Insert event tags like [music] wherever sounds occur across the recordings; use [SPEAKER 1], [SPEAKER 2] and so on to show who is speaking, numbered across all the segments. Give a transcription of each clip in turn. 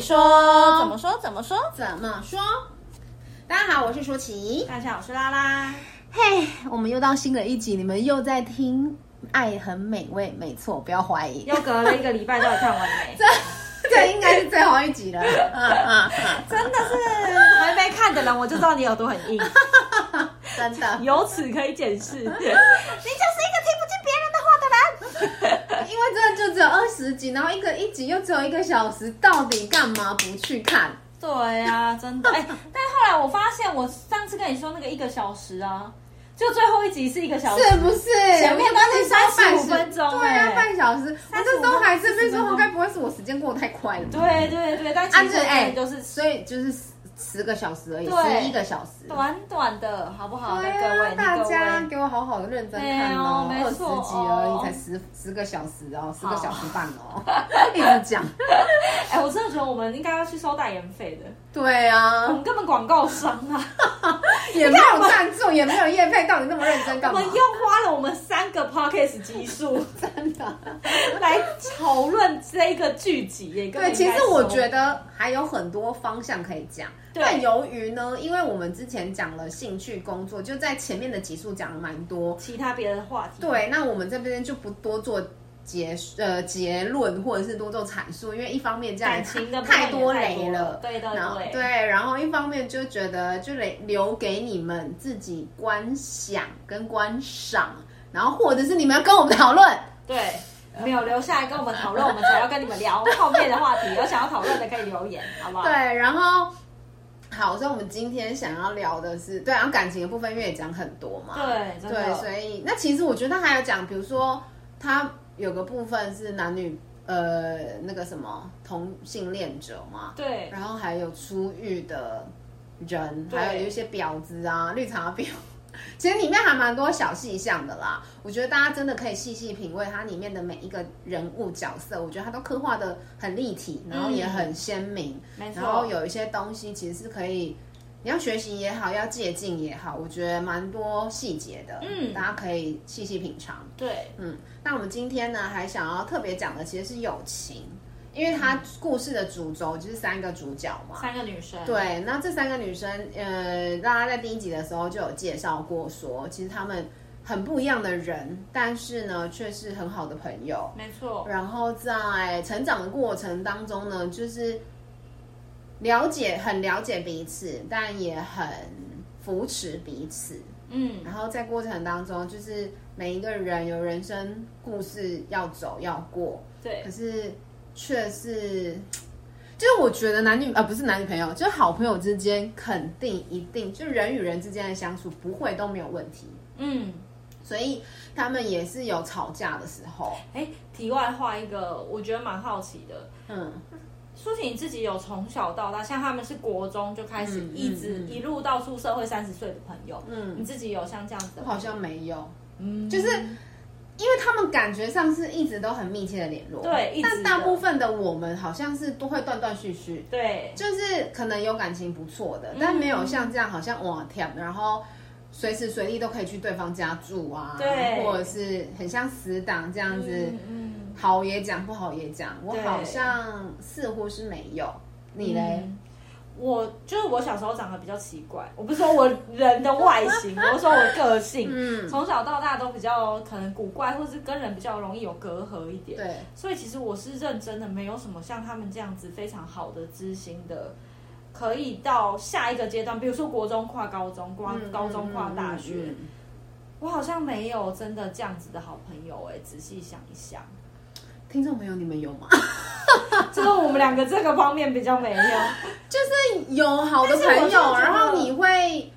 [SPEAKER 1] 说？哦
[SPEAKER 2] 怎么说？怎么说？
[SPEAKER 1] 怎么说？大家好，我是舒淇。
[SPEAKER 2] 大家好，我是拉拉。
[SPEAKER 1] 嘿、我们又到新的一集，你们又在听《爱很美味》，没错，不要怀疑，
[SPEAKER 2] 又隔了一个礼拜，到底看完没？
[SPEAKER 1] [laughs] 这应该是最后一集 [laughs] 了。嗯嗯嗯，
[SPEAKER 2] [laughs] 真的是还没看的人，我就知道你耳朵很硬， [laughs]
[SPEAKER 1] 真的，
[SPEAKER 2] 由此可以解释，你就是一个听不进别人的话的人。
[SPEAKER 1] [laughs] 因为真的就只有二十集，然后一个一集又只有一个小时，到底干嘛不去看？
[SPEAKER 2] 对呀、真的。哎、但后来我发现，我上次跟你说那个一个小时啊，就最后一集是一个小时，
[SPEAKER 1] 是不是？
[SPEAKER 2] 前面
[SPEAKER 1] 我跟你说
[SPEAKER 2] 三十
[SPEAKER 1] 半
[SPEAKER 2] 五
[SPEAKER 1] 时
[SPEAKER 2] 分钟
[SPEAKER 1] 对啊
[SPEAKER 2] 哎，
[SPEAKER 1] 半小时，我这
[SPEAKER 2] 35
[SPEAKER 1] 都还是被
[SPEAKER 2] 40分
[SPEAKER 1] 说，
[SPEAKER 2] 钟
[SPEAKER 1] 该不会是我时间过得太快了吧？
[SPEAKER 2] 对对对，但
[SPEAKER 1] 啊，
[SPEAKER 2] 其
[SPEAKER 1] 就
[SPEAKER 2] 实
[SPEAKER 1] 哎，
[SPEAKER 2] 就是
[SPEAKER 1] 所以就是十十个小时而已，
[SPEAKER 2] 对
[SPEAKER 1] 十一个小时。
[SPEAKER 2] 短短的，好不好？
[SPEAKER 1] 对
[SPEAKER 2] 各
[SPEAKER 1] 啊
[SPEAKER 2] 位，，
[SPEAKER 1] 大
[SPEAKER 2] 各
[SPEAKER 1] 家
[SPEAKER 2] 位。
[SPEAKER 1] 给我好好的认真看哦，
[SPEAKER 2] 对
[SPEAKER 1] 二
[SPEAKER 2] 哦没
[SPEAKER 1] 十集
[SPEAKER 2] 错
[SPEAKER 1] 而
[SPEAKER 2] 哦
[SPEAKER 1] 已，才十十个小时哦，十
[SPEAKER 2] 好
[SPEAKER 1] 个小时半哦， [laughs] 一直讲。
[SPEAKER 2] 哎、我真的觉得我们应该要去收代言费的，
[SPEAKER 1] 对
[SPEAKER 2] [laughs] 我
[SPEAKER 1] 啊，
[SPEAKER 2] 们根本广告商 [laughs] 啊。
[SPEAKER 1] 也没有赞助，也没有业配，到底那么认真
[SPEAKER 2] 我
[SPEAKER 1] 干嘛
[SPEAKER 2] 们？又花了我们三个 podcast 集数
[SPEAKER 1] 真的。
[SPEAKER 2] 来讨论这个剧集耶。根本
[SPEAKER 1] 对，其
[SPEAKER 2] 应该
[SPEAKER 1] 实
[SPEAKER 2] 收
[SPEAKER 1] 我觉得还有很多方向可以讲。
[SPEAKER 2] 对
[SPEAKER 1] 但由于呢，因为我们之前讲了兴趣工作，就在前面的集数讲了蛮多。
[SPEAKER 2] 其他别的话题，
[SPEAKER 1] 对，那我们这边就不多做结呃结论，或者是多做阐述，因为一方面这样
[SPEAKER 2] 感情的部分也
[SPEAKER 1] 太多雷
[SPEAKER 2] 太多
[SPEAKER 1] 了，
[SPEAKER 2] 了对对
[SPEAKER 1] 然后
[SPEAKER 2] 对
[SPEAKER 1] 对，然后一方面就觉得就留留给你们自己观想跟观赏，然后或者是你们要跟我们讨论。
[SPEAKER 2] 对，没有留下来跟我们讨论，我们才要跟你们聊后面的话题。有想要讨论的可以留言，好不好？
[SPEAKER 1] 对，然后好，所以我们今天想要聊的是，对，然后感情的部分，因为也讲很多嘛，
[SPEAKER 2] 对真
[SPEAKER 1] 对，
[SPEAKER 2] 的
[SPEAKER 1] 所以那其实我觉得还有讲，比如说他有个部分是男女呃那个什么同性恋者嘛，
[SPEAKER 2] 对
[SPEAKER 1] 然后还有出狱的人，
[SPEAKER 2] 对
[SPEAKER 1] 还有一些婊子啊、绿茶婊。 [laughs] 其实里面还蛮多小细项的啦，我觉得大家真的可以细细品味它里面的每一个人物角色，我觉得它都刻画的很立体，然后也很鲜明，
[SPEAKER 2] 嗯没错
[SPEAKER 1] 然后有一些东西其实是可以，你要学习也好，要借鉴也好，我觉得蛮多细节的，
[SPEAKER 2] 嗯
[SPEAKER 1] 大家可以细细品尝。
[SPEAKER 2] 对
[SPEAKER 1] 嗯，那我们今天呢，还想要特别讲的其实是友情，因为它故事的主轴就是三个主角嘛。
[SPEAKER 2] 嗯三个女生，
[SPEAKER 1] 对，那这三个女生，呃，大家在第一集的时候就有介绍过说其实她们很不一样的人，但是呢，却是很好的朋友。
[SPEAKER 2] 没错，
[SPEAKER 1] 然后在成长的过程当中呢，就是了解，很了解彼此，但也很扶持彼此。
[SPEAKER 2] 嗯，
[SPEAKER 1] 然后在过程当中，就是每一个人有人生故事要走要过，
[SPEAKER 2] 对
[SPEAKER 1] 可是却是，就是我觉得男女呃不是男女朋友，就是好朋友之间肯定一定就人与人之间的相处不会都没有问题，
[SPEAKER 2] 嗯。
[SPEAKER 1] 所以他们也是有吵架的时候，
[SPEAKER 2] 哎，题外话一个，我觉得蛮好奇的。
[SPEAKER 1] 嗯，
[SPEAKER 2] 苏醒你自己有从小到大，像他们是国中就开始，
[SPEAKER 1] 嗯嗯
[SPEAKER 2] 一直、
[SPEAKER 1] 嗯
[SPEAKER 2] 一路到出社会三十岁的朋友，
[SPEAKER 1] 嗯
[SPEAKER 2] 你自己有像这样子
[SPEAKER 1] 我
[SPEAKER 2] 的朋友，
[SPEAKER 1] 好像没有，
[SPEAKER 2] 嗯，
[SPEAKER 1] 就是因为他们感觉上是一直都很密切的联络，
[SPEAKER 2] 对一直
[SPEAKER 1] 但大
[SPEAKER 2] 的
[SPEAKER 1] 部分的我们好像是都会断断续续，
[SPEAKER 2] 对，嗯
[SPEAKER 1] 就是可能有感情不错的，但没有像这样好像哇天，然后随时随地都可以去对方家住啊，
[SPEAKER 2] 对
[SPEAKER 1] 或者是很像死党这样子，
[SPEAKER 2] 嗯，
[SPEAKER 1] 好也讲，不好也讲，我
[SPEAKER 2] 对
[SPEAKER 1] 好像似乎是没有，你嘞？
[SPEAKER 2] 嗯我就是我小时候长得比较奇怪，我不是说我人的外形，我说我个性，
[SPEAKER 1] 嗯，
[SPEAKER 2] 从小到大都比较可能古怪，或是跟人比较容易有隔阂一点。
[SPEAKER 1] 对，
[SPEAKER 2] 所以其实我是认真的，没有什么像他们这样子非常好的知心的，可以到下一个阶段，比如说国中跨高中，跨
[SPEAKER 1] 嗯
[SPEAKER 2] 高中跨大学，
[SPEAKER 1] 嗯嗯嗯
[SPEAKER 2] 我好像没有真的这样子的好朋友哎、仔细想一想，
[SPEAKER 1] 听众朋友，你们有吗？
[SPEAKER 2] 就是我们两个这个方面比较没有，
[SPEAKER 1] 就是有好的
[SPEAKER 2] 但是
[SPEAKER 1] 朋
[SPEAKER 2] 我真的
[SPEAKER 1] 友，
[SPEAKER 2] 觉得
[SPEAKER 1] 然后你会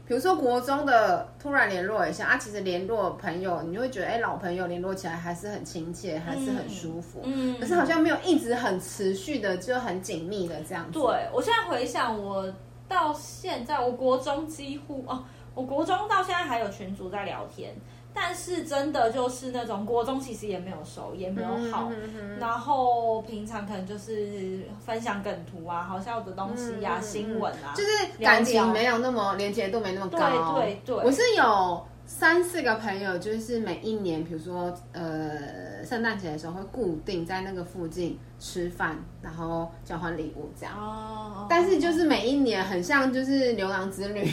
[SPEAKER 1] 比如说国中的突然联络一下啊，其实联络朋友，你就会觉得哎、老朋友联络起来还是很亲切，还是很舒服。
[SPEAKER 2] 嗯，
[SPEAKER 1] 可是好像没有一直很持续的，就很紧密的这样子。
[SPEAKER 2] 对，我现在回想，我到现在，我国中几乎哦，我国中到现在还有群组在聊天，但是真的就是那种国中其实也没有熟，也没有好，
[SPEAKER 1] 嗯
[SPEAKER 2] 然后平常可能就是分享梗图啊、好笑的东西呀、
[SPEAKER 1] 嗯嗯嗯
[SPEAKER 2] 新闻啊，
[SPEAKER 1] 就是感情没有那么连接度没那么高。
[SPEAKER 2] 对对对
[SPEAKER 1] 我是有三四个朋友，就是每一年，比如说呃圣诞节的时候会固定在那个附近吃饭，然后交换礼物这样。
[SPEAKER 2] 哦，
[SPEAKER 1] 但是就是每一年很像就是牛郎织
[SPEAKER 2] [laughs]
[SPEAKER 1] 女，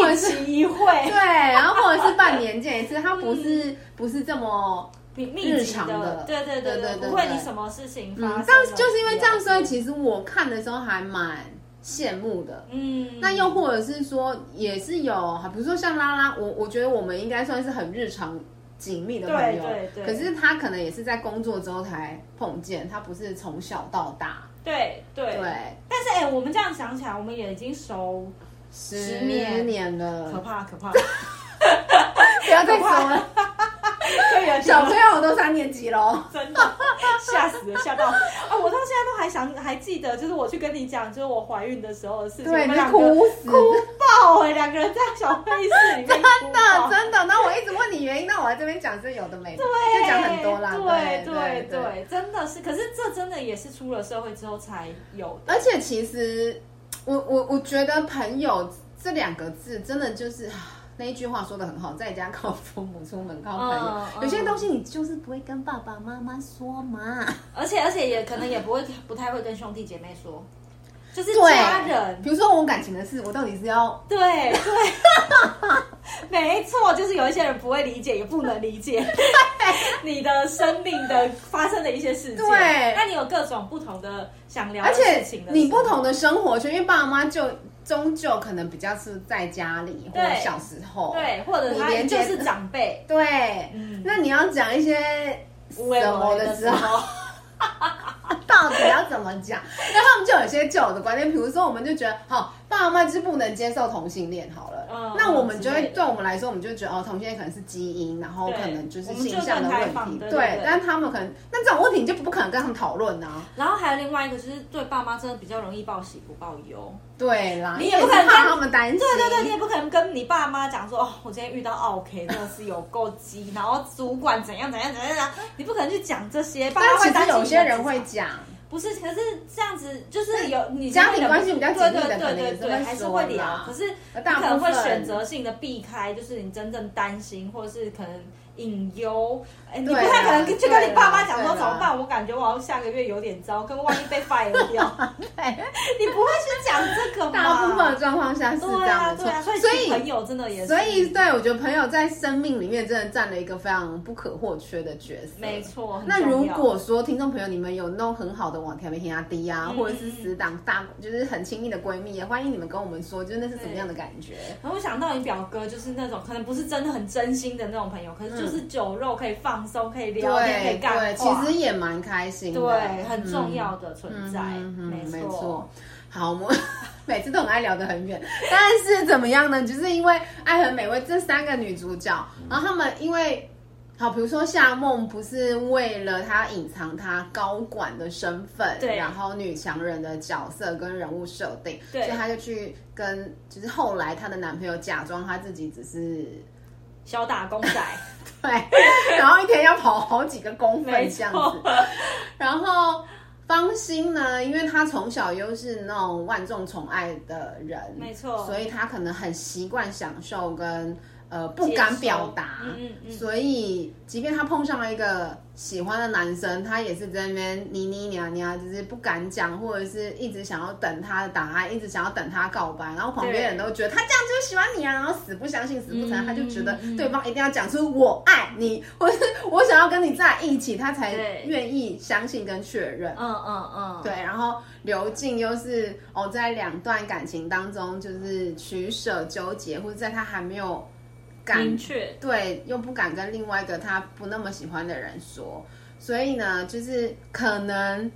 [SPEAKER 1] 或者
[SPEAKER 2] 一
[SPEAKER 1] 是
[SPEAKER 2] 期一会
[SPEAKER 1] [laughs] 对，，然后或者是半年见一次，它不是、
[SPEAKER 2] 嗯
[SPEAKER 1] 不是这么
[SPEAKER 2] 密密
[SPEAKER 1] 日
[SPEAKER 2] 集
[SPEAKER 1] 常的
[SPEAKER 2] 对对
[SPEAKER 1] 对
[SPEAKER 2] 对
[SPEAKER 1] 对对
[SPEAKER 2] 不会
[SPEAKER 1] 对
[SPEAKER 2] 你什么啊事情
[SPEAKER 1] 嗯
[SPEAKER 2] 发生，
[SPEAKER 1] 但是
[SPEAKER 2] 了
[SPEAKER 1] 就是因为这样，
[SPEAKER 2] 不
[SPEAKER 1] 所以其实我看的时候还蛮羡慕的。
[SPEAKER 2] 要嗯，
[SPEAKER 1] 那又或者是说，也是有，比如说像拉拉，我我觉得我们应该算是很日常紧密的朋友，
[SPEAKER 2] 对对对
[SPEAKER 1] 可是他可能也是在工作之后才碰见，他不是从小到大，
[SPEAKER 2] 对对
[SPEAKER 1] 对，
[SPEAKER 2] 但是哎、我们这样想起来，我们也已经熟，
[SPEAKER 1] 十
[SPEAKER 2] 年
[SPEAKER 1] 年
[SPEAKER 2] 可
[SPEAKER 1] 了，
[SPEAKER 2] 怕
[SPEAKER 1] [laughs]
[SPEAKER 2] 可怕，
[SPEAKER 1] 不要再说了， [laughs]
[SPEAKER 2] 对哎呀，
[SPEAKER 1] 小朋友都三年级喽。
[SPEAKER 2] 真的 [laughs] 吓死了，吓到啊！我到现在都还想还记得，就是我去跟你讲，就是我怀孕的时候的事情，我
[SPEAKER 1] 对，
[SPEAKER 2] 们
[SPEAKER 1] 你
[SPEAKER 2] 两个
[SPEAKER 1] 哭死，
[SPEAKER 2] 爆哎、两个人在小会议室里面哭
[SPEAKER 1] 真的
[SPEAKER 2] 爆。
[SPEAKER 1] 真的。那我一直问你原因，那我来这边讲是有的没的，
[SPEAKER 2] 对
[SPEAKER 1] 就讲很多啦。
[SPEAKER 2] 哎对
[SPEAKER 1] 对
[SPEAKER 2] 对对，真的是，可是这真的也是出了社会之后才有的，
[SPEAKER 1] 而且其实，我我我觉得“朋友”这两个字，真的就是啊那一句话说的很好，在家靠父母，出门靠朋友。
[SPEAKER 2] 嗯嗯
[SPEAKER 1] 有些东西你就是不会跟爸爸妈妈说嘛，
[SPEAKER 2] 而且而且也可能也不会不太会跟兄弟姐妹说，就是
[SPEAKER 1] 对
[SPEAKER 2] 家人，
[SPEAKER 1] 比如说我感情的事，我到底是要
[SPEAKER 2] 对 [laughs] 对，没错，就是有一些人不会理解，也不能理解你的生命的发生的一些事情。
[SPEAKER 1] 对
[SPEAKER 2] 那你有各种不同的想聊
[SPEAKER 1] 而
[SPEAKER 2] 的
[SPEAKER 1] 且
[SPEAKER 2] 事情的时候，
[SPEAKER 1] 你不同的生活圈，因为爸妈就终究可能比较是在家里或
[SPEAKER 2] 对
[SPEAKER 1] 小时候，
[SPEAKER 2] 对，或者
[SPEAKER 1] 你
[SPEAKER 2] 他
[SPEAKER 1] 连
[SPEAKER 2] 就
[SPEAKER 1] 接
[SPEAKER 2] 是长辈，
[SPEAKER 1] 对
[SPEAKER 2] 嗯，
[SPEAKER 1] 那你要讲一些
[SPEAKER 2] 无为
[SPEAKER 1] 什么
[SPEAKER 2] 为
[SPEAKER 1] 的
[SPEAKER 2] 的
[SPEAKER 1] 时候， [laughs] 到底要怎么
[SPEAKER 2] [laughs]
[SPEAKER 1] 讲？那他们就有些旧的观念，比如说我们就觉得，好，爸妈就是不能接受同性恋，好了，
[SPEAKER 2] 嗯
[SPEAKER 1] 那我们就
[SPEAKER 2] 之类
[SPEAKER 1] 会
[SPEAKER 2] 的
[SPEAKER 1] 对我们来说，我们就觉得哦，同性恋可能是基因，然后
[SPEAKER 2] 对
[SPEAKER 1] 可能就是
[SPEAKER 2] 我们就
[SPEAKER 1] 性向的
[SPEAKER 2] 更开
[SPEAKER 1] 问
[SPEAKER 2] 放
[SPEAKER 1] 题，
[SPEAKER 2] 对对对
[SPEAKER 1] 但他们可能那这种问题你就不可能跟他们讨论啊，
[SPEAKER 2] 然后还有另外一个就是对爸妈真的比较容易报喜不报忧，
[SPEAKER 1] 对啦，
[SPEAKER 2] 你也不可
[SPEAKER 1] 因为
[SPEAKER 2] 能
[SPEAKER 1] 是怕
[SPEAKER 2] 跟
[SPEAKER 1] 他们担心，
[SPEAKER 2] 对对对，你也不可能跟你爸妈讲说哦，我今天遇到 OK，真的是有够鸡，然后主管怎样怎样怎样怎样，你不可能去讲这些。爸妈
[SPEAKER 1] 但
[SPEAKER 2] 会
[SPEAKER 1] 其
[SPEAKER 2] 担
[SPEAKER 1] 实
[SPEAKER 2] 心
[SPEAKER 1] 有
[SPEAKER 2] 你
[SPEAKER 1] 些
[SPEAKER 2] 的
[SPEAKER 1] 人
[SPEAKER 2] 职
[SPEAKER 1] 会
[SPEAKER 2] 场
[SPEAKER 1] 讲，
[SPEAKER 2] 不是，可是这样子就是有你
[SPEAKER 1] 家
[SPEAKER 2] 会
[SPEAKER 1] 庭
[SPEAKER 2] 忍
[SPEAKER 1] 关
[SPEAKER 2] 不
[SPEAKER 1] 系比较
[SPEAKER 2] 对
[SPEAKER 1] 紧密的
[SPEAKER 2] 对
[SPEAKER 1] 可能
[SPEAKER 2] 对
[SPEAKER 1] 也
[SPEAKER 2] 对
[SPEAKER 1] 是
[SPEAKER 2] 对，
[SPEAKER 1] 会
[SPEAKER 2] 还是
[SPEAKER 1] 说
[SPEAKER 2] 会
[SPEAKER 1] 啦
[SPEAKER 2] 聊，可是你
[SPEAKER 1] 大
[SPEAKER 2] 可能
[SPEAKER 1] 部
[SPEAKER 2] 会
[SPEAKER 1] 分
[SPEAKER 2] 选择性的避开，就是你真正担心或者是可能隐忧，哎，你不
[SPEAKER 1] 对啦
[SPEAKER 2] 太可能就跟你爸妈讲
[SPEAKER 1] 对
[SPEAKER 2] 说
[SPEAKER 1] 啦啊
[SPEAKER 2] 怎么办，我感觉我好像下个月有点糟，跟万一被 fire 掉，
[SPEAKER 1] [laughs]
[SPEAKER 2] 你不会去讲这个吗？
[SPEAKER 1] 大部分的状况下是这
[SPEAKER 2] 对
[SPEAKER 1] 样
[SPEAKER 2] 啊
[SPEAKER 1] 的
[SPEAKER 2] 对啊，
[SPEAKER 1] 错，
[SPEAKER 2] 所以
[SPEAKER 1] 所
[SPEAKER 2] 其实朋友真的也是，
[SPEAKER 1] 所以，对我觉得朋友在生命里面真的占了一个非常不可或缺的角色。
[SPEAKER 2] 没。错，很
[SPEAKER 1] 那如
[SPEAKER 2] 重要
[SPEAKER 1] 果说听众朋友你们有那种很好的网调天阿弟啊，
[SPEAKER 2] 嗯
[SPEAKER 1] 或者是死党大，就是很亲密的闺蜜，也欢迎你们跟我们说，就是那是什么样的感觉？
[SPEAKER 2] 然后我想到你表哥就是那种可能不是真的很真心的那种朋友，可是就是酒肉可以放松，可以聊天，可以
[SPEAKER 1] 嗯对
[SPEAKER 2] 干
[SPEAKER 1] 对，
[SPEAKER 2] 话
[SPEAKER 1] 其实也蛮开心的，
[SPEAKER 2] 对很重要的存在，
[SPEAKER 1] 嗯嗯嗯没
[SPEAKER 2] 错
[SPEAKER 1] 错。。好，我们 [laughs] 每次都很爱聊得很远，但是怎么样呢？就是因为《爱很美味》这三个女主角，然后她们因为。好，比如说夏梦不是为了她隐藏她高管的身份，
[SPEAKER 2] 对
[SPEAKER 1] 然后女强人的角色跟人物设定，
[SPEAKER 2] 对
[SPEAKER 1] 所以她就去跟，就是后来她的男朋友假装她自己只是 [laughs]
[SPEAKER 2] 小打工仔，
[SPEAKER 1] 对，然后一天要跑好几个公
[SPEAKER 2] 没
[SPEAKER 1] 分这样子
[SPEAKER 2] 错，，
[SPEAKER 1] 然后方心呢，因为她从小又是那种万众宠爱的人，
[SPEAKER 2] 没错
[SPEAKER 1] 所以她可能很习惯享受跟呃不敢表达，
[SPEAKER 2] 接受 [laughs] 嗯嗯嗯
[SPEAKER 1] 所以即便她碰上了一个喜欢的男生，她也是在那边泥泥娘娘，啊就是不敢讲，或者是一直想要等他的答案，一直想要等他告白，然后旁边人都觉得她这样就是喜欢你啊，然后死不相信，死不承认，
[SPEAKER 2] 嗯
[SPEAKER 1] 她就觉得
[SPEAKER 2] 嗯嗯
[SPEAKER 1] 对方一定要讲出我爱你，或是我想要跟你在一起，她才
[SPEAKER 2] 对
[SPEAKER 1] 愿意相信跟确认。
[SPEAKER 2] 嗯嗯嗯，
[SPEAKER 1] 对，然后刘静又是哦，在两段感情当中就是取舍纠结，或者在他还没有
[SPEAKER 2] 明
[SPEAKER 1] 敢
[SPEAKER 2] 确，
[SPEAKER 1] 对，又不敢跟另外一个他不那么喜欢的人说，所以呢，就是可能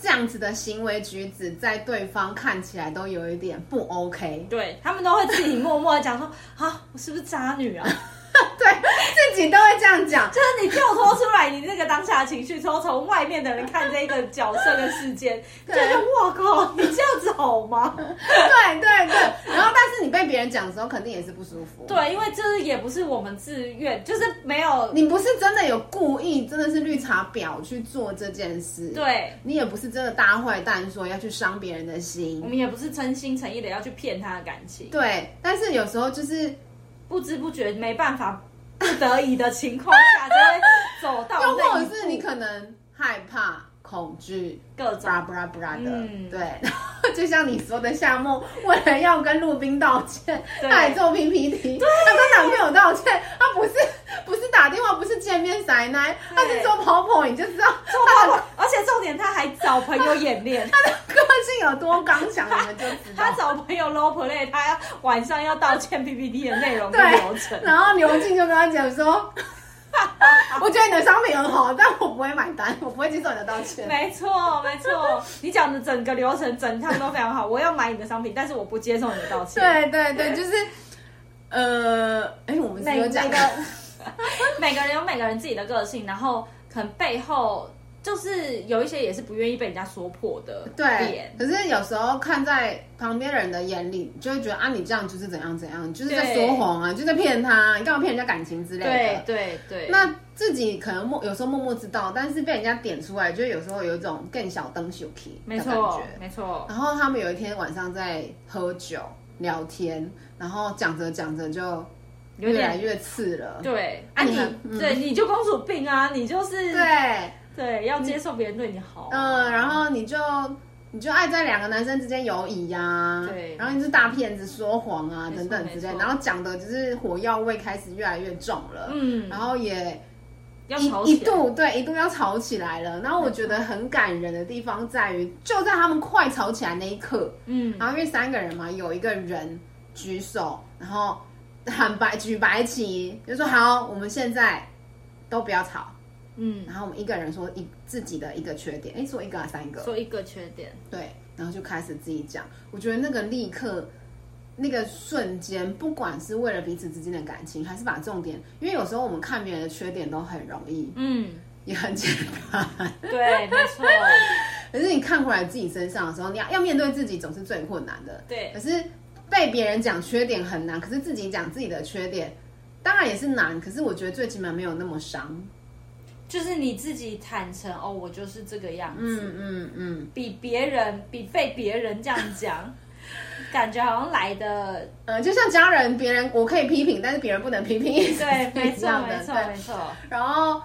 [SPEAKER 1] 这样子的行为举止，在对方看起来都有一点不 OK，
[SPEAKER 2] 对他们都会自己默默地讲说，啊，我是不是渣女啊？ [laughs]
[SPEAKER 1] 自己都会这样讲，
[SPEAKER 2] 就是你跳脱出来，你那个当下的情绪，之后从外面的人看这个角色跟事件，就
[SPEAKER 1] [laughs] 对
[SPEAKER 2] 觉得我靠，你这样子好吗？
[SPEAKER 1] 对对对，然后但是你被别人讲的时候，肯定也是不舒服，。
[SPEAKER 2] 对，啊因为就是也不是我们自愿，就是没有
[SPEAKER 1] 你不是真的有故意，真的是绿茶婊去做这件事，
[SPEAKER 2] 对，
[SPEAKER 1] 你也不是真的大坏蛋，说要去伤别人的
[SPEAKER 2] 我
[SPEAKER 1] 心。
[SPEAKER 2] 们也不是真心诚意的要去骗他的感情。
[SPEAKER 1] 对，但是有时候就是
[SPEAKER 2] 不知不觉没办法、不得已的情况下，就会走到
[SPEAKER 1] 又
[SPEAKER 2] 那
[SPEAKER 1] 或
[SPEAKER 2] 一
[SPEAKER 1] 者是你
[SPEAKER 2] 步，
[SPEAKER 1] 可能害怕、恐惧。
[SPEAKER 2] 各
[SPEAKER 1] 布拉
[SPEAKER 2] 种
[SPEAKER 1] 布拉布拉的，
[SPEAKER 2] 嗯
[SPEAKER 1] 对， [laughs] 然后就像你说的，夏梦为了要跟陆冰道歉，
[SPEAKER 2] 对
[SPEAKER 1] 她还做 PPT，她跟男朋友道歉，她不是不是打电话，不是见面塞奶，
[SPEAKER 2] 对
[SPEAKER 1] 她是做 PowerPoint，你就知道
[SPEAKER 2] 做报告，而且重点他还找朋友
[SPEAKER 1] [laughs]
[SPEAKER 2] 演练，
[SPEAKER 1] 她的个性有多刚强，你们就知
[SPEAKER 2] 他
[SPEAKER 1] 道。
[SPEAKER 2] 找朋友 low play，他要晚上要道歉 PPT 的内容跟流程 [laughs]
[SPEAKER 1] 对，。然后刘静就跟他讲说， [laughs] 我觉得你的商品很好，但我不会买单，我不会接受你的道歉。
[SPEAKER 2] 没错，没错，你讲的整个流程、整趟都非常好。我要买你的商品，但是我不接受你的道歉。
[SPEAKER 1] 对对对，就是，呃，哎、我们是
[SPEAKER 2] 每
[SPEAKER 1] 有
[SPEAKER 2] 每
[SPEAKER 1] 讲
[SPEAKER 2] 个 [laughs] 每个人有每个人自己的个性，然后可能背后就是有一些也是不愿意被人家说破的
[SPEAKER 1] [laughs] 对
[SPEAKER 2] 点，。
[SPEAKER 1] 可是有时候看在旁边人的眼里，就会觉得啊，你这样就是怎样怎样，你就是在
[SPEAKER 2] 对
[SPEAKER 1] 说谎啊，你就在骗他，你干嘛骗人家感情之类的。
[SPEAKER 2] 对对对，
[SPEAKER 1] 那自己可能默有时候默默知道，但是被人家点出来，就有时候有一种更小灯小 key 的
[SPEAKER 2] 没
[SPEAKER 1] 感
[SPEAKER 2] 错
[SPEAKER 1] 觉。
[SPEAKER 2] 没错，
[SPEAKER 1] 然后他们有一天晚上在喝酒聊天，然后讲着讲着就
[SPEAKER 2] 有
[SPEAKER 1] 越来
[SPEAKER 2] 点
[SPEAKER 1] 越刺了。
[SPEAKER 2] 对啊
[SPEAKER 1] 你
[SPEAKER 2] 你，
[SPEAKER 1] 很嗯
[SPEAKER 2] 对你就公主病啊，你就是
[SPEAKER 1] 对，
[SPEAKER 2] 对要接受别人对你好，啊
[SPEAKER 1] 嗯，然后你就你就爱在两个男生之间游移呀、
[SPEAKER 2] 对
[SPEAKER 1] 然后你是大骗子、说谎啊
[SPEAKER 2] 没错
[SPEAKER 1] 等等之类
[SPEAKER 2] 没，错
[SPEAKER 1] 然后讲的就是火药味开始越来越重了，
[SPEAKER 2] 嗯
[SPEAKER 1] 然，后也
[SPEAKER 2] 要
[SPEAKER 1] 一
[SPEAKER 2] 吵
[SPEAKER 1] 一
[SPEAKER 2] 起来，
[SPEAKER 1] 度对一度要吵起来了。然后我觉得很感人的地方在于，就在他们快吵起来那一刻，
[SPEAKER 2] 嗯，
[SPEAKER 1] 然后因为三个人嘛，有一个人举手，然后喊白举白旗，就说好，我们现在都不要吵。
[SPEAKER 2] 嗯，
[SPEAKER 1] 然后我们一个人说一自己的一个缺点，哎，说一个还是三个？
[SPEAKER 2] 说一个缺点，
[SPEAKER 1] 对，然后就开始自己讲。我觉得那个立刻，那个瞬间，不管是为了彼此之间的感情，还是把重点，因为有时候我们看别人的缺点都很容易，
[SPEAKER 2] 嗯，
[SPEAKER 1] 也很简单。 [laughs]
[SPEAKER 2] 对，没错，
[SPEAKER 1] 可是你看回来自己身上的时候，你要要面对自己总是最困难的。
[SPEAKER 2] 对
[SPEAKER 1] 可是被别人讲缺点很难，可是自己讲自己的缺点，当然也是难。可是我觉得最起码没有那么伤。
[SPEAKER 2] 就是你自己坦诚哦，我就是这个样子，
[SPEAKER 1] 嗯嗯嗯，
[SPEAKER 2] 比别人比被别人这样讲，感觉好像来的
[SPEAKER 1] 呃，就像家人，别人我可以批评，但是别人不能批评，
[SPEAKER 2] [laughs] 对，没
[SPEAKER 1] 一
[SPEAKER 2] 错
[SPEAKER 1] 样的
[SPEAKER 2] 没
[SPEAKER 1] [laughs]
[SPEAKER 2] 错
[SPEAKER 1] 对
[SPEAKER 2] 没错，
[SPEAKER 1] 然后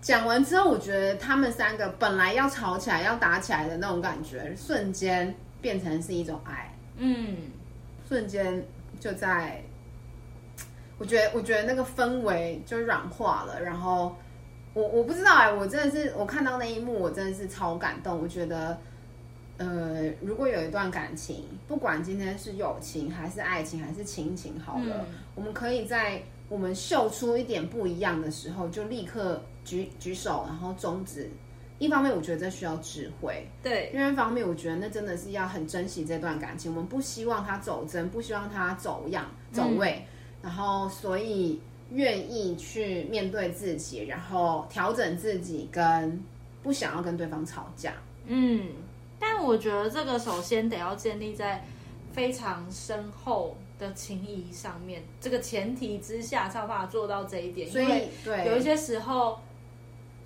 [SPEAKER 1] 讲完之后，我觉得他们三个本来要吵起来、要打起来的那种感觉，瞬间变成是一种爱，
[SPEAKER 2] 嗯，
[SPEAKER 1] 瞬间就在，我觉得，我觉得那个氛围就软化了。然后我我不知道哎、我真的是我看到那一幕，我真的是超感动。我觉得。呃，如果有一段感情，不管今天是友情还是爱情还是亲情，好了，
[SPEAKER 2] 嗯
[SPEAKER 1] 我们可以在我们秀出一点不一样的时候，就立刻举举手，然后终止。一方面，我觉得这需要智慧；，
[SPEAKER 2] 对，
[SPEAKER 1] 另外一方面，我觉得那真的是要很珍惜这段感情。我们不希望它走针，不希望它走样、走
[SPEAKER 2] 嗯
[SPEAKER 1] 位，然后所以愿意去面对自己，然后调整自己，跟不想要跟对方吵架。
[SPEAKER 2] 嗯，但我觉得这个首先得要建立在非常深厚的情谊上面，这个前提之下才有办法做到这一点，
[SPEAKER 1] 所
[SPEAKER 2] 因为
[SPEAKER 1] 以，对，
[SPEAKER 2] 有一些时候，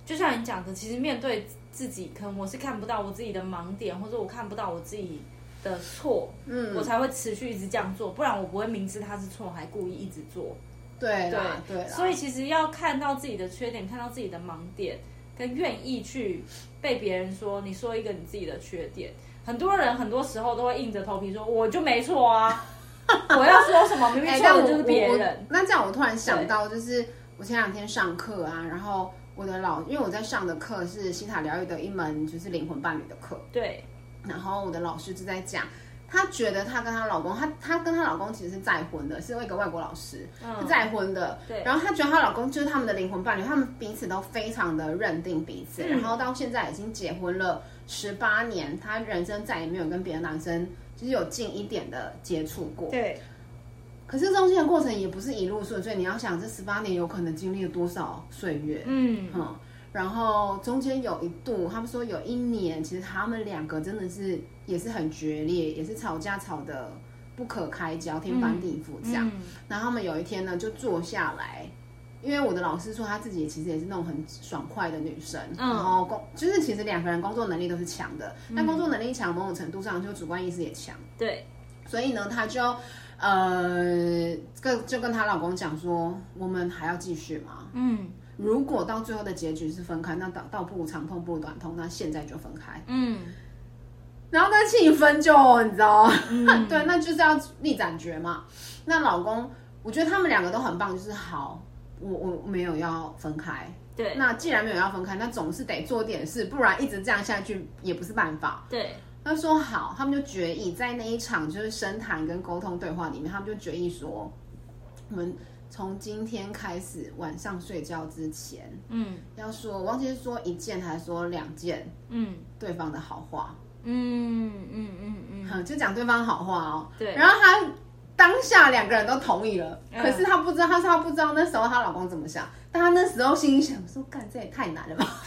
[SPEAKER 2] 就像你讲的，其实面对自己，可能我是看不到我自己的盲点，或者我看不到我自己的错，
[SPEAKER 1] 嗯
[SPEAKER 2] 我才会持续一直这样做，不然我不会明知他是错还故意一直做。
[SPEAKER 1] 对啦，对啦，
[SPEAKER 2] 所以其实要看到自己的缺点，看到自己的盲点，跟愿意去被别人说，你说一个你自己的缺点。很多人很多时候都会硬着头皮说，我就没
[SPEAKER 1] [laughs]
[SPEAKER 2] 错啊，我要说什么明明
[SPEAKER 1] 哎，
[SPEAKER 2] 错
[SPEAKER 1] 但
[SPEAKER 2] 的
[SPEAKER 1] 我
[SPEAKER 2] 就是别
[SPEAKER 1] 我
[SPEAKER 2] 人
[SPEAKER 1] 我。那这样我突然想到，就是我前两天上课啊，然后我的老，因为我在上的课是西塔疗愈的一门就是灵魂伴侣的课，
[SPEAKER 2] 对，
[SPEAKER 1] 然后我的老师就在讲。她觉得她跟她老公，她她跟她老公其实是再婚的，是一个外国老师，是
[SPEAKER 2] 嗯，
[SPEAKER 1] 再婚的。
[SPEAKER 2] 对
[SPEAKER 1] 然后她觉得她老公就是他们的灵魂伴侣，他们彼此都非常的认定彼此，
[SPEAKER 2] 嗯
[SPEAKER 1] 然后到现在已经结婚了十八年，她人生再也没有跟别的男生就是有近一点的接触过。
[SPEAKER 2] 对，
[SPEAKER 1] 可是中间的过程也不是一路顺遂，你要想这十八年有可能经历了多少岁月，
[SPEAKER 2] 嗯，
[SPEAKER 1] 嗯，然后中间有一度，他们说有一年，其实他们两个真的是也是很决裂，也是吵架吵得不可开交，天翻地覆这样。
[SPEAKER 2] 嗯
[SPEAKER 1] 然后他们有一天呢，就坐下来，因为我的老师说他自己其实也是那种很爽快的女生，
[SPEAKER 2] 嗯
[SPEAKER 1] 然后工就是其实两个人工作能力都是
[SPEAKER 2] 嗯
[SPEAKER 1] 强的，但工作能力强，某种程度上就主观意识也强。
[SPEAKER 2] 对，
[SPEAKER 1] 所以呢，他就呃，跟就跟她老公讲说，我们还要继续吗？
[SPEAKER 2] 嗯
[SPEAKER 1] 如果到最后的结局是分开，那倒倒不如长痛不如短痛，那现在就分开。
[SPEAKER 2] 嗯
[SPEAKER 1] 然后那气氛就你知道，[laughs]
[SPEAKER 2] 嗯
[SPEAKER 1] 对，那就是要逆斩决嘛。那老公，我觉得他们两个都很棒，就是好，我我没有要分开。
[SPEAKER 2] 对
[SPEAKER 1] 那既然没有要分开，那总是得做点事，不然一直这样下去也不是办法。
[SPEAKER 2] 对，
[SPEAKER 1] 他说好，他们就决议在那一场就是深谈跟沟通对话里面，他们就决议说，我们从今天开始晚上睡觉之前
[SPEAKER 2] 嗯
[SPEAKER 1] 要说，我忘记是说一件还是说两件
[SPEAKER 2] 嗯
[SPEAKER 1] 对方的好话，
[SPEAKER 2] 嗯嗯嗯嗯，
[SPEAKER 1] 嗯，就讲对方好话哦。
[SPEAKER 2] 对
[SPEAKER 1] 然后他当下两个人都同意了，
[SPEAKER 2] 嗯
[SPEAKER 1] 可是她不知道，她说她不知道那时候她老公怎么想，但她那时候心里想说，干这也太难了吧。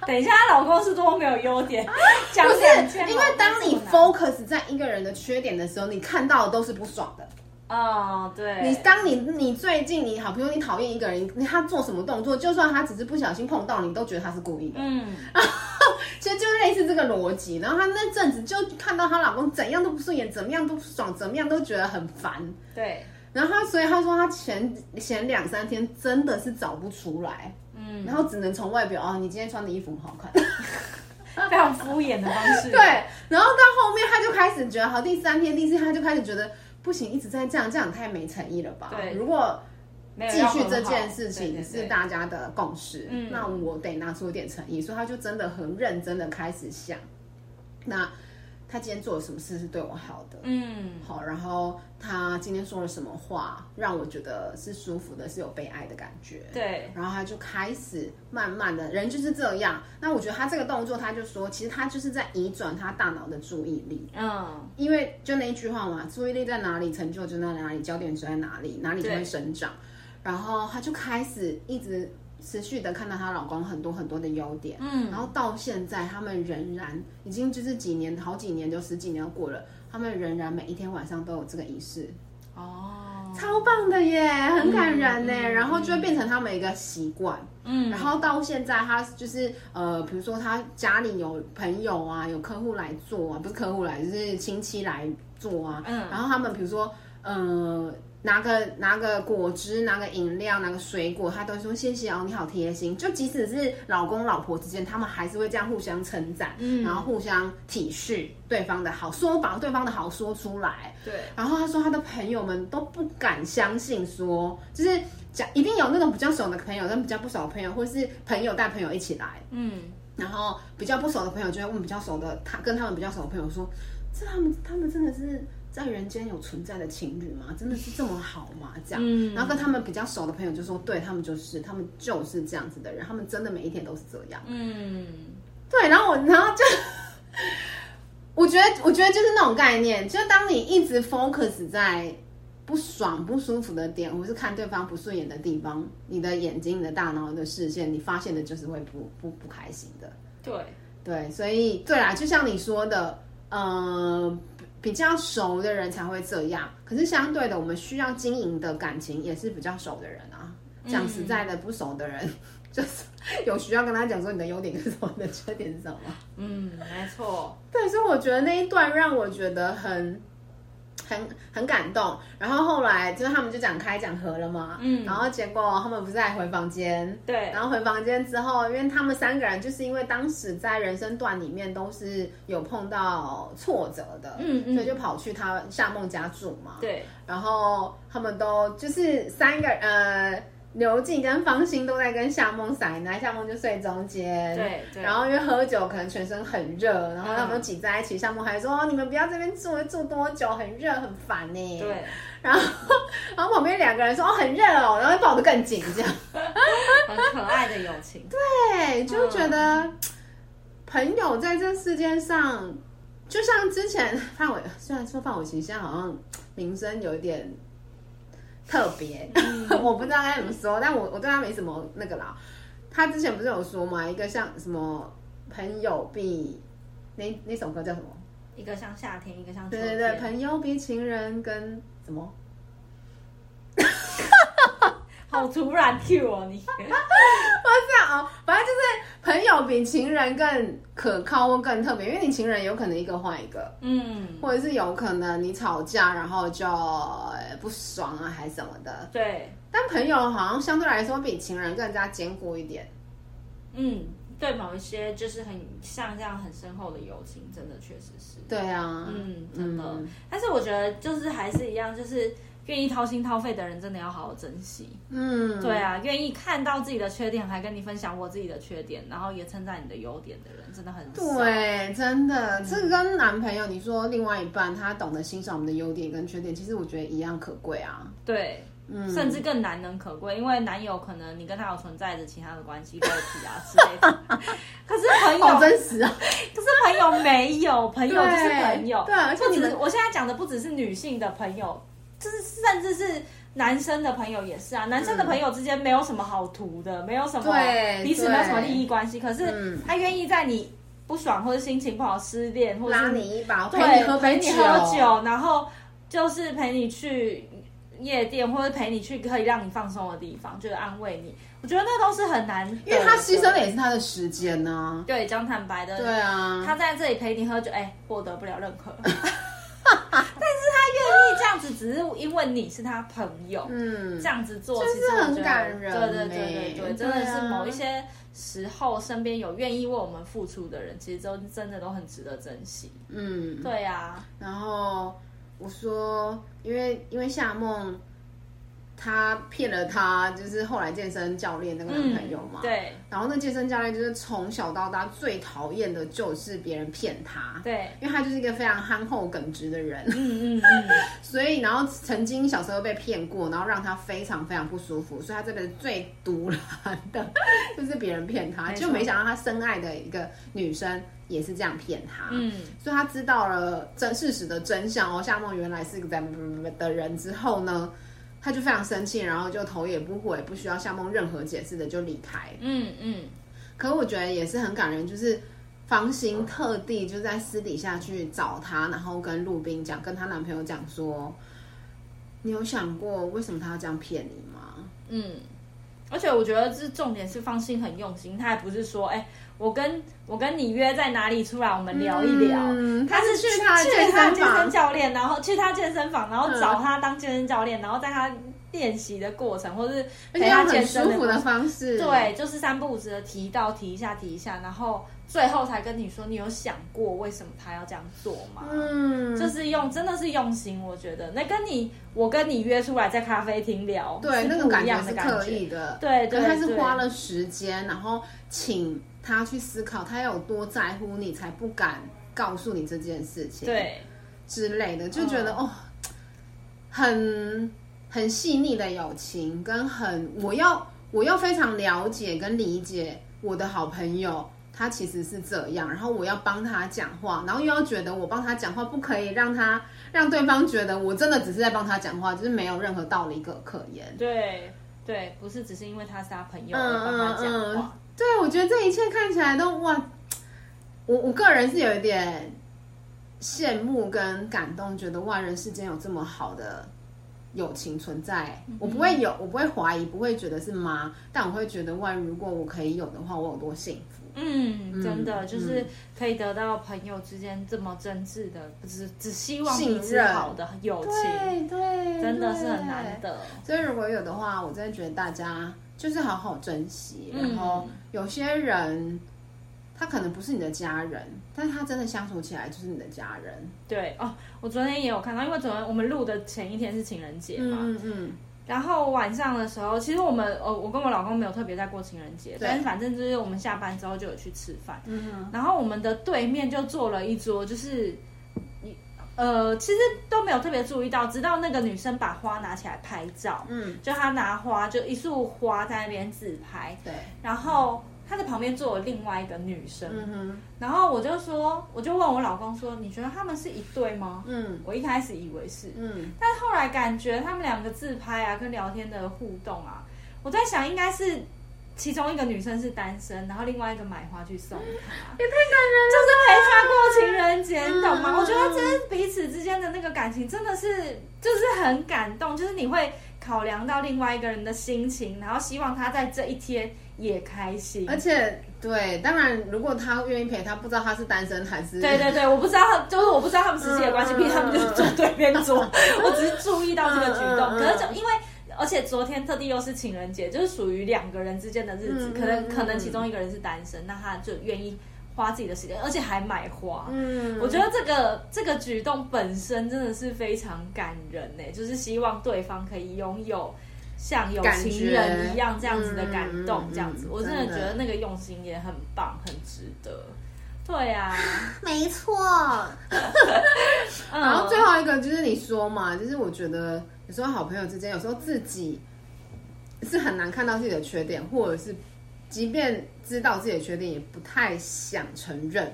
[SPEAKER 2] [laughs] 等一下，她老公是多没有优点，讲
[SPEAKER 1] [laughs] 不
[SPEAKER 2] 两件
[SPEAKER 1] 是，因为
[SPEAKER 2] 好
[SPEAKER 1] 当你
[SPEAKER 2] 这么难
[SPEAKER 1] focus 在一个人的缺点的时候，你看到的都是不爽的。
[SPEAKER 2] 哦，对，
[SPEAKER 1] 你当你你最近你好，比如你讨厌一个人，你他做什么动作，就算他只是不小心碰到你，你都觉得他是故意的。
[SPEAKER 2] 嗯
[SPEAKER 1] 其实就类似这个逻辑。然后她那阵子就看到她老公怎样都不顺眼，怎么样都不爽，怎么样都觉得很烦。 [laughs]
[SPEAKER 2] 对，
[SPEAKER 1] 然后她，所以她说她前前两三天真的是找不出来，
[SPEAKER 2] 嗯，
[SPEAKER 1] 然后只能从外表哦，你今天穿的衣服很好看。
[SPEAKER 2] 非常敷衍的方式，
[SPEAKER 1] 对，然后到后面他就开始觉得，好，第三天、第四天他就开始觉得不行，一直在这样，这样太没诚意了吧？
[SPEAKER 2] 对
[SPEAKER 1] 如果
[SPEAKER 2] 没有
[SPEAKER 1] 继
[SPEAKER 2] 要
[SPEAKER 1] 续
[SPEAKER 2] 很
[SPEAKER 1] 这
[SPEAKER 2] 好
[SPEAKER 1] 件事情
[SPEAKER 2] 对对
[SPEAKER 1] 是
[SPEAKER 2] 对
[SPEAKER 1] 大家的共识，
[SPEAKER 2] 嗯
[SPEAKER 1] 那我得拿出一点诚意，所以他就真的很认真的开始想，那他今天做了什么事是对我好的？
[SPEAKER 2] 嗯
[SPEAKER 1] 好，然后他今天说了什么话，让我觉得是舒服的，是有被爱的感觉。
[SPEAKER 2] 对，
[SPEAKER 1] 然后他就开始慢慢的，人就是这样。那我觉得他这个动作，他就说，其实他就是在移转他大脑的注意力，
[SPEAKER 2] 嗯
[SPEAKER 1] 因为就那一句话嘛，注意力在哪里，成就就在哪里，焦点就在哪里，哪里就会
[SPEAKER 2] 对
[SPEAKER 1] 生长。然后他就开始一直持续的看到她老公很多很多的优点，然
[SPEAKER 2] 嗯
[SPEAKER 1] 后到现在他们仍然已经就是几年，好几年，就十几年过了，他们仍然每一天晚上都有这个仪式，
[SPEAKER 2] 哦，
[SPEAKER 1] 超棒的耶，很感人呢。
[SPEAKER 2] 嗯嗯
[SPEAKER 1] 然后就会变成他们一个习惯。
[SPEAKER 2] 嗯，
[SPEAKER 1] 然后到现在，他就是呃，比如说他家里有朋友啊，有客户来做啊，不是客户来，就是亲戚来做啊。
[SPEAKER 2] 嗯
[SPEAKER 1] 然后他们比如说呃，拿个拿个果汁，拿个饮料，拿个水果，他都会说谢谢哦，你好贴心。就即使是老公老婆之间，他们还是会这样互相称赞，
[SPEAKER 2] 嗯
[SPEAKER 1] 然后互相体恤对方的好，说把对方的好说出来。
[SPEAKER 2] 对，
[SPEAKER 1] 然后他说他的朋友们都不敢相信说，就是讲一定有那种比较熟的朋友跟比较不熟的朋友，或是朋友带朋友一起来，
[SPEAKER 2] 嗯
[SPEAKER 1] 然后比较不熟的朋友就会问比较熟的他跟他们比较熟的朋友说，这他们他们真的是在人间有存在的情侣吗？真的是这么好吗？这样。
[SPEAKER 2] 嗯，
[SPEAKER 1] 然后跟他们比较熟的朋友就说，对他们就是，他们就是这样子的人，他们真的每一天都是这样。
[SPEAKER 2] 嗯
[SPEAKER 1] 对，然后我，然后就，我觉得，我觉得就是那种概念，就是当你一直 focus 在不爽、不舒服的点，或是看对方不顺眼的地方，你的眼睛、你的大脑、你的视线，你发现的就是会不不不开心的。
[SPEAKER 2] 对，
[SPEAKER 1] 对，所以对啦，就像你说的，呃，比较熟的人才会这样，可是相对的，我们需要经营的感情也是比较熟的人啊。讲实在的，不熟的人。就是 [laughs] 有需要跟他讲说你的优点跟什么，你的缺点是什么。
[SPEAKER 2] 嗯，没错，
[SPEAKER 1] 对，所以我觉得那一段让我觉得很很很感动。然后后来就是他们就讲开讲和了嘛，
[SPEAKER 2] 嗯
[SPEAKER 1] 然后结果他们不是还回房间。
[SPEAKER 2] 对，
[SPEAKER 1] 然后回房间之后，因为他们三个人就是因为当时在人生段里面都是有碰到挫折的，
[SPEAKER 2] 嗯嗯
[SPEAKER 1] 所以就跑去他夏梦家住嘛。
[SPEAKER 2] 对，
[SPEAKER 1] 然后他们都就是三个呃，刘静跟方心都在跟夏梦撒奶，夏梦就睡中间，
[SPEAKER 2] 对对
[SPEAKER 1] 然后因为喝酒可能全身很热，然后他们都挤在一起，夏梦还说、哦、你们不要这边住，住多久很热很烦呢。，
[SPEAKER 2] 对，
[SPEAKER 1] 然后然后旁边两个人说哦很热哦，然后抱得更紧这样，
[SPEAKER 2] 很可爱的友情，
[SPEAKER 1] 对，嗯就觉得、朋友在这世界上。就像之前范玮，虽然说范玮琪现在好像名声有一点特别， [laughs] 我不知道该怎么说，但我我对他没什么那个啦。他之前不是有说嘛，一个像什么朋友比那那首歌叫什么？
[SPEAKER 2] 一个像夏天，一个像秋
[SPEAKER 1] 对
[SPEAKER 2] 天，
[SPEAKER 1] 对对，朋友比情人跟什么？
[SPEAKER 2] 好突然 Q 哦你，
[SPEAKER 1] 不是啊哦，反正就是朋朋友比情人更可靠或更特别，因为你情人有可能一个换一个，
[SPEAKER 2] 嗯，
[SPEAKER 1] 或者是有可能你吵架然后就呃不爽啊，还什么的。
[SPEAKER 2] 对，
[SPEAKER 1] 但朋友好像相对来说比情人更加坚固一点。
[SPEAKER 2] 嗯，对某一些就是很像这样很深厚的友情，真的确实是，
[SPEAKER 1] 对啊，
[SPEAKER 2] 嗯，真的。
[SPEAKER 1] 嗯
[SPEAKER 2] 但是我觉得就是还是一样，就是愿意掏心掏肺的人，真的要好好珍惜。
[SPEAKER 1] 嗯，
[SPEAKER 2] 对啊，愿意看到自己的缺点，还跟你分享我自己的缺点，然后也称赞你的优点的人，真的很少。
[SPEAKER 1] 对，真的，这个跟男朋友你说另外一半他懂得欣赏我们的优点跟缺点，其实我觉得一样可贵啊。
[SPEAKER 2] 对，甚至更难能可贵，因为男友可能你跟他有存在着其他的关系、肉体啊之
[SPEAKER 1] [laughs]
[SPEAKER 2] 类的，可是朋友，
[SPEAKER 1] 好
[SPEAKER 2] 可
[SPEAKER 1] 真实啊，
[SPEAKER 2] 是 [laughs] 朋友没有，朋友就是朋友，
[SPEAKER 1] 对对啊而且
[SPEAKER 2] 不
[SPEAKER 1] 你
[SPEAKER 2] 只
[SPEAKER 1] 们
[SPEAKER 2] 是我现在讲的不只是女性的朋友，就是甚至是。男生的朋友也是啊，男生的朋友之间没有什么好图的，没有什么
[SPEAKER 1] 对
[SPEAKER 2] 彼此
[SPEAKER 1] 对
[SPEAKER 2] 没有什么利益关系，可是
[SPEAKER 1] 嗯
[SPEAKER 2] 他愿意在你不爽或者心情不好、失恋，或者
[SPEAKER 1] 拉
[SPEAKER 2] 是
[SPEAKER 1] 你一把，我陪
[SPEAKER 2] 对，
[SPEAKER 1] 你喝杯
[SPEAKER 2] 你喝酒，然后就是陪你去夜店，或者陪你去可以让你放松的地方，就是安慰你。我觉得那都是很难得的，
[SPEAKER 1] 因为他牺牲的也是他的时间呢、
[SPEAKER 2] 对，讲坦白的，
[SPEAKER 1] 对啊，
[SPEAKER 2] 他在这里陪你喝酒，哎、获得不了认
[SPEAKER 1] [laughs]
[SPEAKER 2] 可。 [laughs] 但是他愿意这样子，只是因为你是他朋友，
[SPEAKER 1] 嗯
[SPEAKER 2] 这，样子做，
[SPEAKER 1] 就是
[SPEAKER 2] 其实我
[SPEAKER 1] 很
[SPEAKER 2] 觉得
[SPEAKER 1] 感人
[SPEAKER 2] 对对
[SPEAKER 1] 欸
[SPEAKER 2] 对对对，真
[SPEAKER 1] 对啊
[SPEAKER 2] 的是某一些时候，身边有愿意为我们付出的人，其实都真的都很值得珍惜。
[SPEAKER 1] 嗯，
[SPEAKER 2] 对啊呀、
[SPEAKER 1] 然后我说，因为因为夏梦她骗了她，就是后来健身教练那个男朋友嘛，
[SPEAKER 2] 嗯对
[SPEAKER 1] 然后那健身教练就是从小到大最讨厌的就是别人骗他，
[SPEAKER 2] 对，
[SPEAKER 1] 因为他就是一个非常憨厚耿直的人，
[SPEAKER 2] 嗯嗯嗯，
[SPEAKER 1] [laughs] 所以然后曾经小时候被骗过，然后让他非常非常不舒服，所以他这辈子最毒辣的 [laughs] 就是别人骗他，
[SPEAKER 2] 没错
[SPEAKER 1] 就没想到他深爱的一个女生也是这样骗他，
[SPEAKER 2] 嗯，
[SPEAKER 1] 所以他知道了真事实的真相哦，夏梦原来是个怎么的人之后呢，他就非常生气，然后就头也不回，不需要夏梦任何解释的就离开。
[SPEAKER 2] 嗯嗯，
[SPEAKER 1] 可我觉得也是很感人，就是方心特地就在私底下去找她，然后跟陆冰讲，跟她男朋友讲说，你有想过为什么他要这样骗你吗？
[SPEAKER 2] 嗯，而且我觉得这重点是方心很用心，他还不是说，哎、我跟我跟你约在哪里出来，我们聊一聊。
[SPEAKER 1] 嗯，他
[SPEAKER 2] 他
[SPEAKER 1] 是
[SPEAKER 2] 是
[SPEAKER 1] 去他的
[SPEAKER 2] 他
[SPEAKER 1] 健身
[SPEAKER 2] 健
[SPEAKER 1] 房
[SPEAKER 2] 身，教练，然后去他健身房，然后
[SPEAKER 1] 嗯
[SPEAKER 2] 找他当健身教练，然后在他练习的过程，或是
[SPEAKER 1] 而
[SPEAKER 2] 陪
[SPEAKER 1] 且
[SPEAKER 2] 他
[SPEAKER 1] 用
[SPEAKER 2] 健
[SPEAKER 1] 很
[SPEAKER 2] 身
[SPEAKER 1] 舒服
[SPEAKER 2] 过
[SPEAKER 1] 的
[SPEAKER 2] 程
[SPEAKER 1] 方式，
[SPEAKER 2] 对，就是三不五时的提到提一下提一下，然后最后才跟你说，你有想过为什么他要这样做吗？
[SPEAKER 1] 嗯，
[SPEAKER 2] 就是用，真的是用心，我觉得那跟你我跟你约出来在咖啡厅聊，
[SPEAKER 1] 对
[SPEAKER 2] 是
[SPEAKER 1] 那
[SPEAKER 2] 不
[SPEAKER 1] 个感
[SPEAKER 2] 一
[SPEAKER 1] 觉
[SPEAKER 2] 样
[SPEAKER 1] 是
[SPEAKER 2] 的感觉
[SPEAKER 1] 刻意的，
[SPEAKER 2] 对对
[SPEAKER 1] 可是他是
[SPEAKER 2] 对
[SPEAKER 1] 花了时间，然后请他去思考他有多在乎你，才不敢告诉你这件事情。。
[SPEAKER 2] 对，嗯
[SPEAKER 1] 之类的，就觉得、哦，很很细腻的友情，跟很我要我要非常了解跟理解我的好朋友。他其实是这样，然后我要帮他讲话，然后又要觉得我帮他讲话不可以让他让对方觉得我真的只是在帮他讲话，就是没有任何道理可可言。
[SPEAKER 2] 对对，不是只是因为他是他朋友而帮他
[SPEAKER 1] 嗯嗯
[SPEAKER 2] 讲
[SPEAKER 1] 嗯
[SPEAKER 2] 话，
[SPEAKER 1] 对，我觉得这一切看起来都哇，我我个人是有一点羡慕跟感动，觉得哇，人世间有这么好的友情存在，
[SPEAKER 2] 嗯
[SPEAKER 1] 我不会有，我不会怀疑，不会觉得是妈，但我会觉得哇，如果我可以有的话，我有多幸福。
[SPEAKER 2] 嗯，真的就是可以得到朋友之间这么真挚的，不是只希望
[SPEAKER 1] 信
[SPEAKER 2] 彼此
[SPEAKER 1] 任
[SPEAKER 2] 好的友
[SPEAKER 1] 对
[SPEAKER 2] 情，
[SPEAKER 1] 对，
[SPEAKER 2] 真的是很难
[SPEAKER 1] 对。
[SPEAKER 2] 得。
[SPEAKER 1] 所以如果有的话，我真的觉得大家就是好好珍惜，
[SPEAKER 2] 嗯
[SPEAKER 1] 然后有些人。他可能不是你的家人，但是他真的相处起来就是你的家人。
[SPEAKER 2] 对哦，我昨天也有看到，因为昨天我们录的前一天是情人节嘛，
[SPEAKER 1] 嗯嗯
[SPEAKER 2] 然后晚上的时候，其实我们呃，我跟我老公没有特别在过情人节，
[SPEAKER 1] 对
[SPEAKER 2] 但是反正就是我们下班之后就有去吃饭，
[SPEAKER 1] 嗯
[SPEAKER 2] 然后我们的对面就坐了一桌，就是你呃，其实都没有特别注意到，直到那个女生把花拿起来拍照，
[SPEAKER 1] 嗯，
[SPEAKER 2] 就她拿花就一束花在那边自拍，
[SPEAKER 1] 对，
[SPEAKER 2] 然后她的旁边坐了另外一个女生，
[SPEAKER 1] 嗯哼，
[SPEAKER 2] 然后我就说，我就问我老公说，你觉得他们是一对吗？
[SPEAKER 1] 嗯
[SPEAKER 2] 我一开始以为是，
[SPEAKER 1] 嗯，
[SPEAKER 2] 但后来感觉他们两个自拍啊，跟聊天的互动啊，我在想应该是其中一个女生是单身，然后另外一个买花去送她，
[SPEAKER 1] 也太感
[SPEAKER 2] 陪她过情人节，
[SPEAKER 1] 嗯
[SPEAKER 2] 你懂吗？
[SPEAKER 1] 嗯
[SPEAKER 2] 我觉得这是彼此之间的那个感情真的是就是很感动，就是你会考量到另外一个人的心情，然后希望他在这一天也开心。
[SPEAKER 1] 而且对，当然如果他愿意陪他，不知道他是单身还是
[SPEAKER 2] 对对对，我不知道他，就是我不知道他们之间的关系，
[SPEAKER 1] 嗯
[SPEAKER 2] 毕竟他们就是坐对面
[SPEAKER 1] [laughs]
[SPEAKER 2] 桌，我只是注意到这个举动。
[SPEAKER 1] 嗯嗯嗯
[SPEAKER 2] 可是就因为，而且昨天特地又是情人节，就是属于两个人之间的日子，
[SPEAKER 1] 嗯
[SPEAKER 2] 可能
[SPEAKER 1] 嗯
[SPEAKER 2] 可能
[SPEAKER 1] 嗯
[SPEAKER 2] 其中一个人是单身，那他就愿意花自己的时间，而且还买花。
[SPEAKER 1] 嗯，
[SPEAKER 2] 我觉得这个这个举动本身真的是非常感人呢、就是希望对方可以拥有像有
[SPEAKER 1] 感觉
[SPEAKER 2] 情人一样这样子的感动
[SPEAKER 1] 嗯嗯，嗯
[SPEAKER 2] 这样子，我真的
[SPEAKER 1] 真
[SPEAKER 2] 觉
[SPEAKER 1] 的
[SPEAKER 2] 得那个用心也很棒，很值得。对啊，
[SPEAKER 1] 没错。
[SPEAKER 2] 嗯
[SPEAKER 1] 然后最后一个就是你说嘛，就是我觉得有时候好朋友之间，有时候自己是很难看到自己的缺点，或者是即便知道自己的缺点，也不太想承认。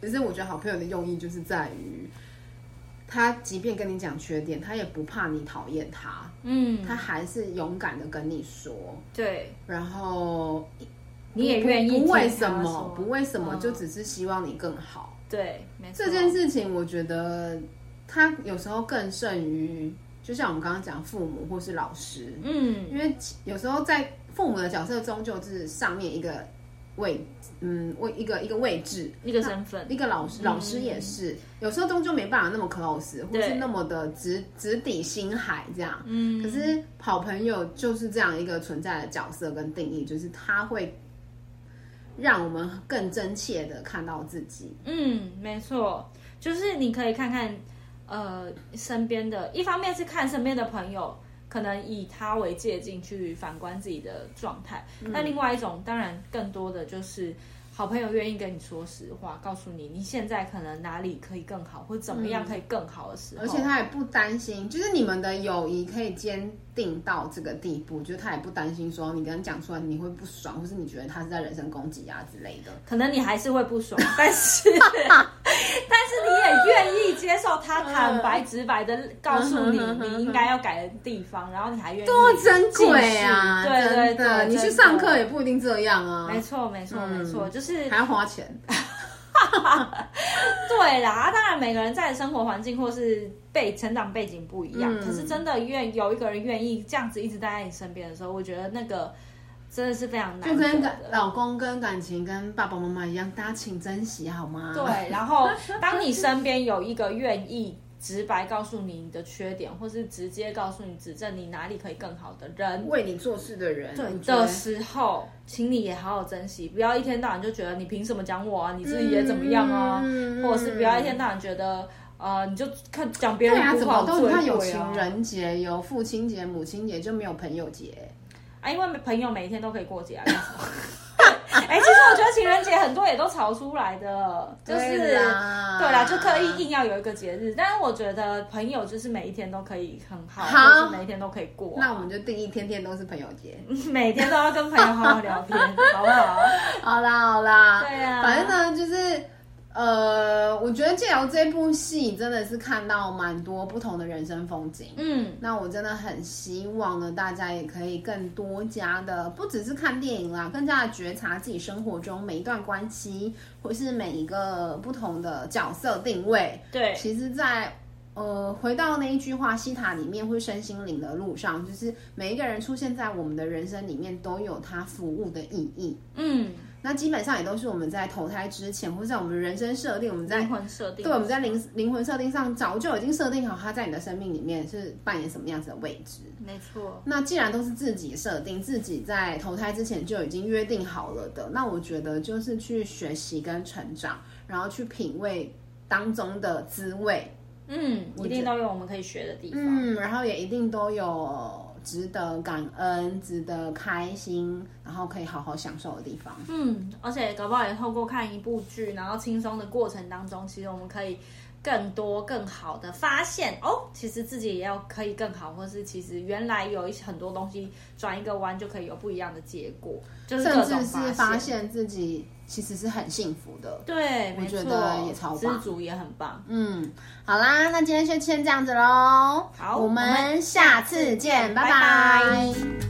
[SPEAKER 1] 可是我觉得好朋友的用意就是在于，他即便跟你讲缺点，他也不怕你讨厌他，
[SPEAKER 2] 嗯，
[SPEAKER 1] 他还是勇敢的跟你说，
[SPEAKER 2] 对，
[SPEAKER 1] 然后
[SPEAKER 2] 你也愿意
[SPEAKER 1] 不为
[SPEAKER 2] 听他
[SPEAKER 1] 什么
[SPEAKER 2] 说，
[SPEAKER 1] 不为什么，
[SPEAKER 2] 嗯
[SPEAKER 1] 就只是希望你更好。
[SPEAKER 2] 对，没错，
[SPEAKER 1] 这件事情，我觉得他有时候更胜于，就像我们刚刚讲父母或是老师，
[SPEAKER 2] 嗯，
[SPEAKER 1] 因为有时候在父母的角色中就是上面一个位，嗯，位一个一个位置，
[SPEAKER 2] 一个身份，
[SPEAKER 1] 一个老师，
[SPEAKER 2] 嗯
[SPEAKER 1] 老师也是，有时候终究没办法那么 close，或
[SPEAKER 2] 对
[SPEAKER 1] 是那么的直直抵心海这样。
[SPEAKER 2] 嗯，
[SPEAKER 1] 可是好朋友就是这样一个存在的角色跟定义，就是他会让我们更真切的看到自己。
[SPEAKER 2] 嗯，没错，就是你可以看看，呃，身边的，一方面是看身边的朋友，可能以他为借镜去反观自己的状态；
[SPEAKER 1] 嗯
[SPEAKER 2] 那、另外一种，当然更多的就是好朋友愿意跟你说实话，告诉你你现在可能哪里可以更好，或怎么样可以更好的时
[SPEAKER 1] 嗯
[SPEAKER 2] 候。
[SPEAKER 1] 而且他也不担心，就是你们的友谊可以坚定到这个地步，就是他也不担心说你跟他讲出来你会不爽，或是你觉得他是在人身攻击啊之类的。
[SPEAKER 2] 可能你还是会不爽， [laughs] 但是但是你也愿意接受他坦白直白的告诉你
[SPEAKER 1] 嗯哼哼哼
[SPEAKER 2] 你应该要改的地方，然后你还愿意
[SPEAKER 1] 多哦珍贵啊！
[SPEAKER 2] 继续对
[SPEAKER 1] 真
[SPEAKER 2] 对
[SPEAKER 1] 的，
[SPEAKER 2] 对，
[SPEAKER 1] 你去
[SPEAKER 2] 真的
[SPEAKER 1] 上课也不一定这样啊，
[SPEAKER 2] 没错没错没错，就是
[SPEAKER 1] 还要花 [laughs] 钱。
[SPEAKER 2] 对啦。当然，每个人在生活环境或是背成长背景不一样，
[SPEAKER 1] 嗯
[SPEAKER 2] 可是真的愿有一个人愿意这样子一直待在你身边的时候，我觉得那个真的是非常
[SPEAKER 1] 就
[SPEAKER 2] 难得
[SPEAKER 1] 跟感
[SPEAKER 2] 的。
[SPEAKER 1] 老公跟感情跟爸爸妈妈一样，大家请珍惜好吗？
[SPEAKER 2] 对，然后当你身边有一个愿意直白告诉你你的缺点，或是直接告诉你指正你哪里可以更好的人
[SPEAKER 1] 为你做事的人，对
[SPEAKER 2] 的时候，请你也好好珍惜，不要一天到晚就觉得你凭什么讲我啊，你自己也怎么样啊，
[SPEAKER 1] 嗯嗯嗯
[SPEAKER 2] 或者是不要一天到晚觉得呃你就看讲别
[SPEAKER 1] 对
[SPEAKER 2] 人
[SPEAKER 1] 啊，
[SPEAKER 2] 不
[SPEAKER 1] 怎
[SPEAKER 2] 好
[SPEAKER 1] 么都
[SPEAKER 2] 罪过
[SPEAKER 1] 你
[SPEAKER 2] 啊
[SPEAKER 1] 看有情人节、有父亲节、母亲节，就没有朋友节。
[SPEAKER 2] 啊，因为朋友每天都可以过节啊。干什么 [laughs] 哎、其实我觉得情人节很多也都吵出来的，就是
[SPEAKER 1] 对啦
[SPEAKER 2] 对啦，就刻意硬要有一个节日。但是我觉得朋友就是每一天都可以很好，
[SPEAKER 1] 好
[SPEAKER 2] 或是每一天都可以过啊、
[SPEAKER 1] 那我们就定义天天都是朋友节。
[SPEAKER 2] [laughs]
[SPEAKER 1] [laughs]
[SPEAKER 2] 每天都要跟朋友好好聊天，好不好？
[SPEAKER 1] 好啦好啦，
[SPEAKER 2] 对啊
[SPEAKER 1] 反正呢就是。呃，我觉得借由这部戏，真的是看到蛮多不同的人生风景。
[SPEAKER 2] 嗯，
[SPEAKER 1] 那我真的很希望呢，大家也可以更多加的，不只是看电影啦，更加的觉察自己生活中每一段关系，或是每一个不同的角色定位。
[SPEAKER 2] 对，
[SPEAKER 1] 其实在，呃，回到那一句话，西塔里面或身心灵的路上，就是每一个人出现在我们的人生里面，都有他服务的意义。
[SPEAKER 2] 嗯，
[SPEAKER 1] 那基本上也都是我们在投胎之前，或是在我们人生设定，我们在
[SPEAKER 2] 灵魂设定，
[SPEAKER 1] 对我们在灵灵魂设定上早就已经设定好，他在你的生命里面是扮演什么样子的位置。
[SPEAKER 2] 没错，
[SPEAKER 1] 那既然都是自己设定，自己在投胎之前就已经约定好了的，那我觉得就是去学习跟成长，然后去品味当中的滋味，
[SPEAKER 2] 嗯，
[SPEAKER 1] 我
[SPEAKER 2] 一定都有我们可以学的地方。
[SPEAKER 1] 嗯，然后也一定都有值得感恩、值得开心，然后可以好好享受的地方。
[SPEAKER 2] 嗯，而且搞不好也透过看一部剧，然后轻松的过程当中，其实我们可以更多、更好的发现哦，其实自己也要可以更好，或是其实原来有一些很多东西转一个弯就可以有不一样的结果，就是各
[SPEAKER 1] 甚
[SPEAKER 2] 种
[SPEAKER 1] 至是发
[SPEAKER 2] 现。
[SPEAKER 1] 现自己其实是很幸福的。
[SPEAKER 2] 对，没错
[SPEAKER 1] 觉得也超棒
[SPEAKER 2] 知足也很棒。
[SPEAKER 1] 嗯，好啦，那今天就先这样子喽。
[SPEAKER 2] 好
[SPEAKER 1] 我
[SPEAKER 2] 我
[SPEAKER 1] 们
[SPEAKER 2] 们
[SPEAKER 1] 下次见，拜
[SPEAKER 2] 拜拜
[SPEAKER 1] 拜